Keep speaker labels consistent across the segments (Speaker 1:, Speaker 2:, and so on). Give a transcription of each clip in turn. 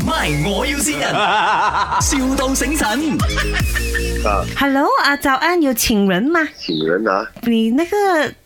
Speaker 1: My，我要先人，,笑到醒神。
Speaker 2: 啊，
Speaker 3: Hello 啊，早安，有请人吗？
Speaker 2: 请人啊，
Speaker 3: 你那个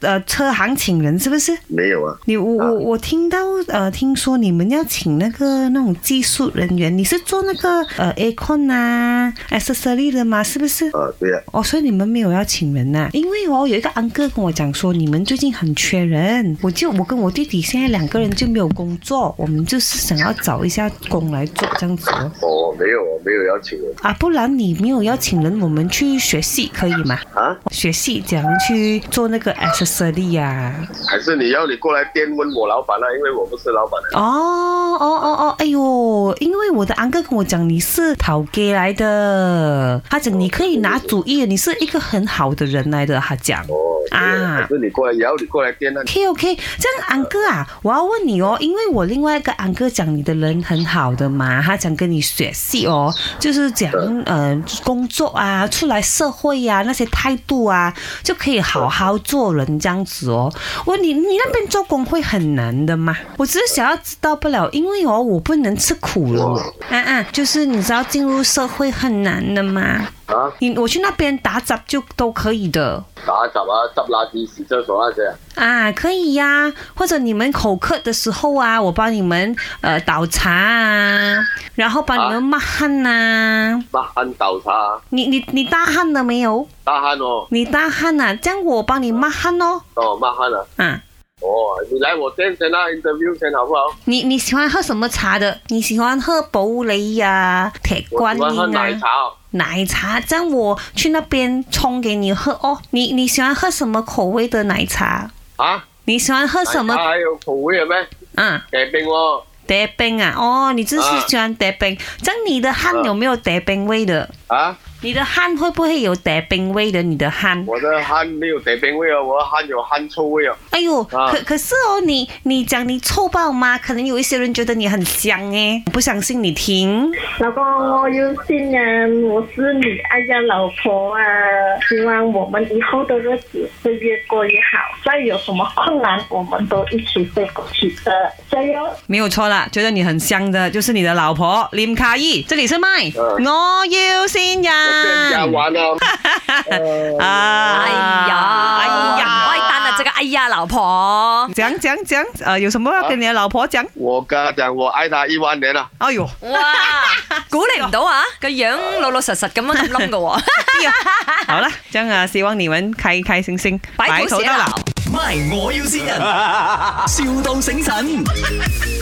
Speaker 3: 呃车行请人是不是？
Speaker 2: 没有啊，
Speaker 3: 你我
Speaker 2: 啊
Speaker 3: 我我听到呃，听说你们要请那个那种技术人员，你是做那个呃 aircon 啊 accessory 的吗？是不是？
Speaker 2: 啊，对呀、
Speaker 3: 哦，所以你们没有要请人呐、因为哦，有一个安哥跟我讲说，你们最近很缺人，我就我跟我弟弟现在两个人就没有工作，我们就是想要找一下工来做这样子哦。
Speaker 2: 我、没有，我没有要请人
Speaker 3: 啊，不然你没有邀请人，我们去学戏可以吗？
Speaker 2: 啊，
Speaker 3: 学戏怎样去做那个 accessory 啊呀、
Speaker 2: 还是你要你过来电问我老板啊，因为我不是老板、啊。
Speaker 3: 哦哦哦哦，哎呦，因为我的安哥跟我讲你是讨给来的，他讲你可以拿主意的，你是一个很好的人来的，他讲。
Speaker 2: 哦，没有
Speaker 3: 啊
Speaker 2: 还是你过来，要你过来电啊。
Speaker 3: OK OK，这样安哥啊，我要问你哦，因为我另外一个安哥讲你的人很好的嘛，他想跟你学习哦，就是讲呃工作啊，出来社会呀、那些态度啊，就可以好好做人这样子哦。我你你那边做工会很难的吗？我只是想要知道不了，因为哦我不能吃苦了哦，啊啊，就是你知道进入社会很难的嘛。
Speaker 2: 啊，
Speaker 3: 你我去那边打杂就都可以的。
Speaker 2: 打杂啊，执垃圾、洗厕所那些啊。
Speaker 3: 啊，可以呀、或者你们口渴的时候啊，我帮你们呃倒茶啊，然后帮你们抹汗呐、
Speaker 2: 大汗倒茶啊，
Speaker 3: 你你你大汗了没有？
Speaker 2: 大汗哦，
Speaker 3: 你大汗呐、这样我帮你抹汗哦。
Speaker 2: 哦，抹汗啊。
Speaker 3: 啊，
Speaker 2: 哦，你来我店先啊，interview 先好不好？
Speaker 3: 你你喜欢喝什么茶的？你喜欢喝薄雷呀、铁
Speaker 2: 我
Speaker 3: 观
Speaker 2: 喜欢喝
Speaker 3: 音
Speaker 2: 奶
Speaker 3: 啊、
Speaker 2: 茶、哦，
Speaker 3: 奶茶？这样我去那边冲给你喝哦。你你喜欢喝什么口味的奶茶？
Speaker 2: 啊，
Speaker 3: 你喜欢喝什
Speaker 2: 奶
Speaker 3: 么？
Speaker 2: 茶还有口味的咩？
Speaker 3: 啊？
Speaker 2: 给冰哦，
Speaker 3: 德冰啊，哦，你就是
Speaker 2: 啊
Speaker 3: 喜欢德冰。这样你的汗有没有德冰味的？
Speaker 2: 啊，
Speaker 3: 你的汗会不会有德冰味的？你的汗，
Speaker 2: 我的汗没有给冰味哦，我的汗有汗臭味哦。
Speaker 3: 哎呦，
Speaker 2: 啊
Speaker 3: 可可是哦，你你讲你臭爆吗？可能有一些人觉得你很香诶，不相信你听。
Speaker 4: 老公，我有新人，我是你爱家老婆啊！希望我们以后的日子会越过越好，再有什么困难，我们都一起会过去的，加油！
Speaker 3: 没有错啦，觉得你很香的就是你的老婆林卡伊，这里是麦，
Speaker 2: 啊
Speaker 3: 我要新
Speaker 2: 我跟人家
Speaker 3: 人。
Speaker 2: 玩啊。
Speaker 3: 啊
Speaker 5: 哎呀，
Speaker 3: 哎呀，
Speaker 5: 我单了这个，哎呀，老婆，
Speaker 3: 讲讲讲，呃，有什么要跟你的老婆讲？
Speaker 2: 我跟他讲，我爱他一万年了。
Speaker 3: 哎呦，
Speaker 5: 哇， 估你唔到啊，个样老老實實咁樣咁冧噶喎，
Speaker 3: 好啦，这样啊，希望你们开开心心，
Speaker 5: 白頭偕老。
Speaker 1: My，我要先人，,笑到醒神。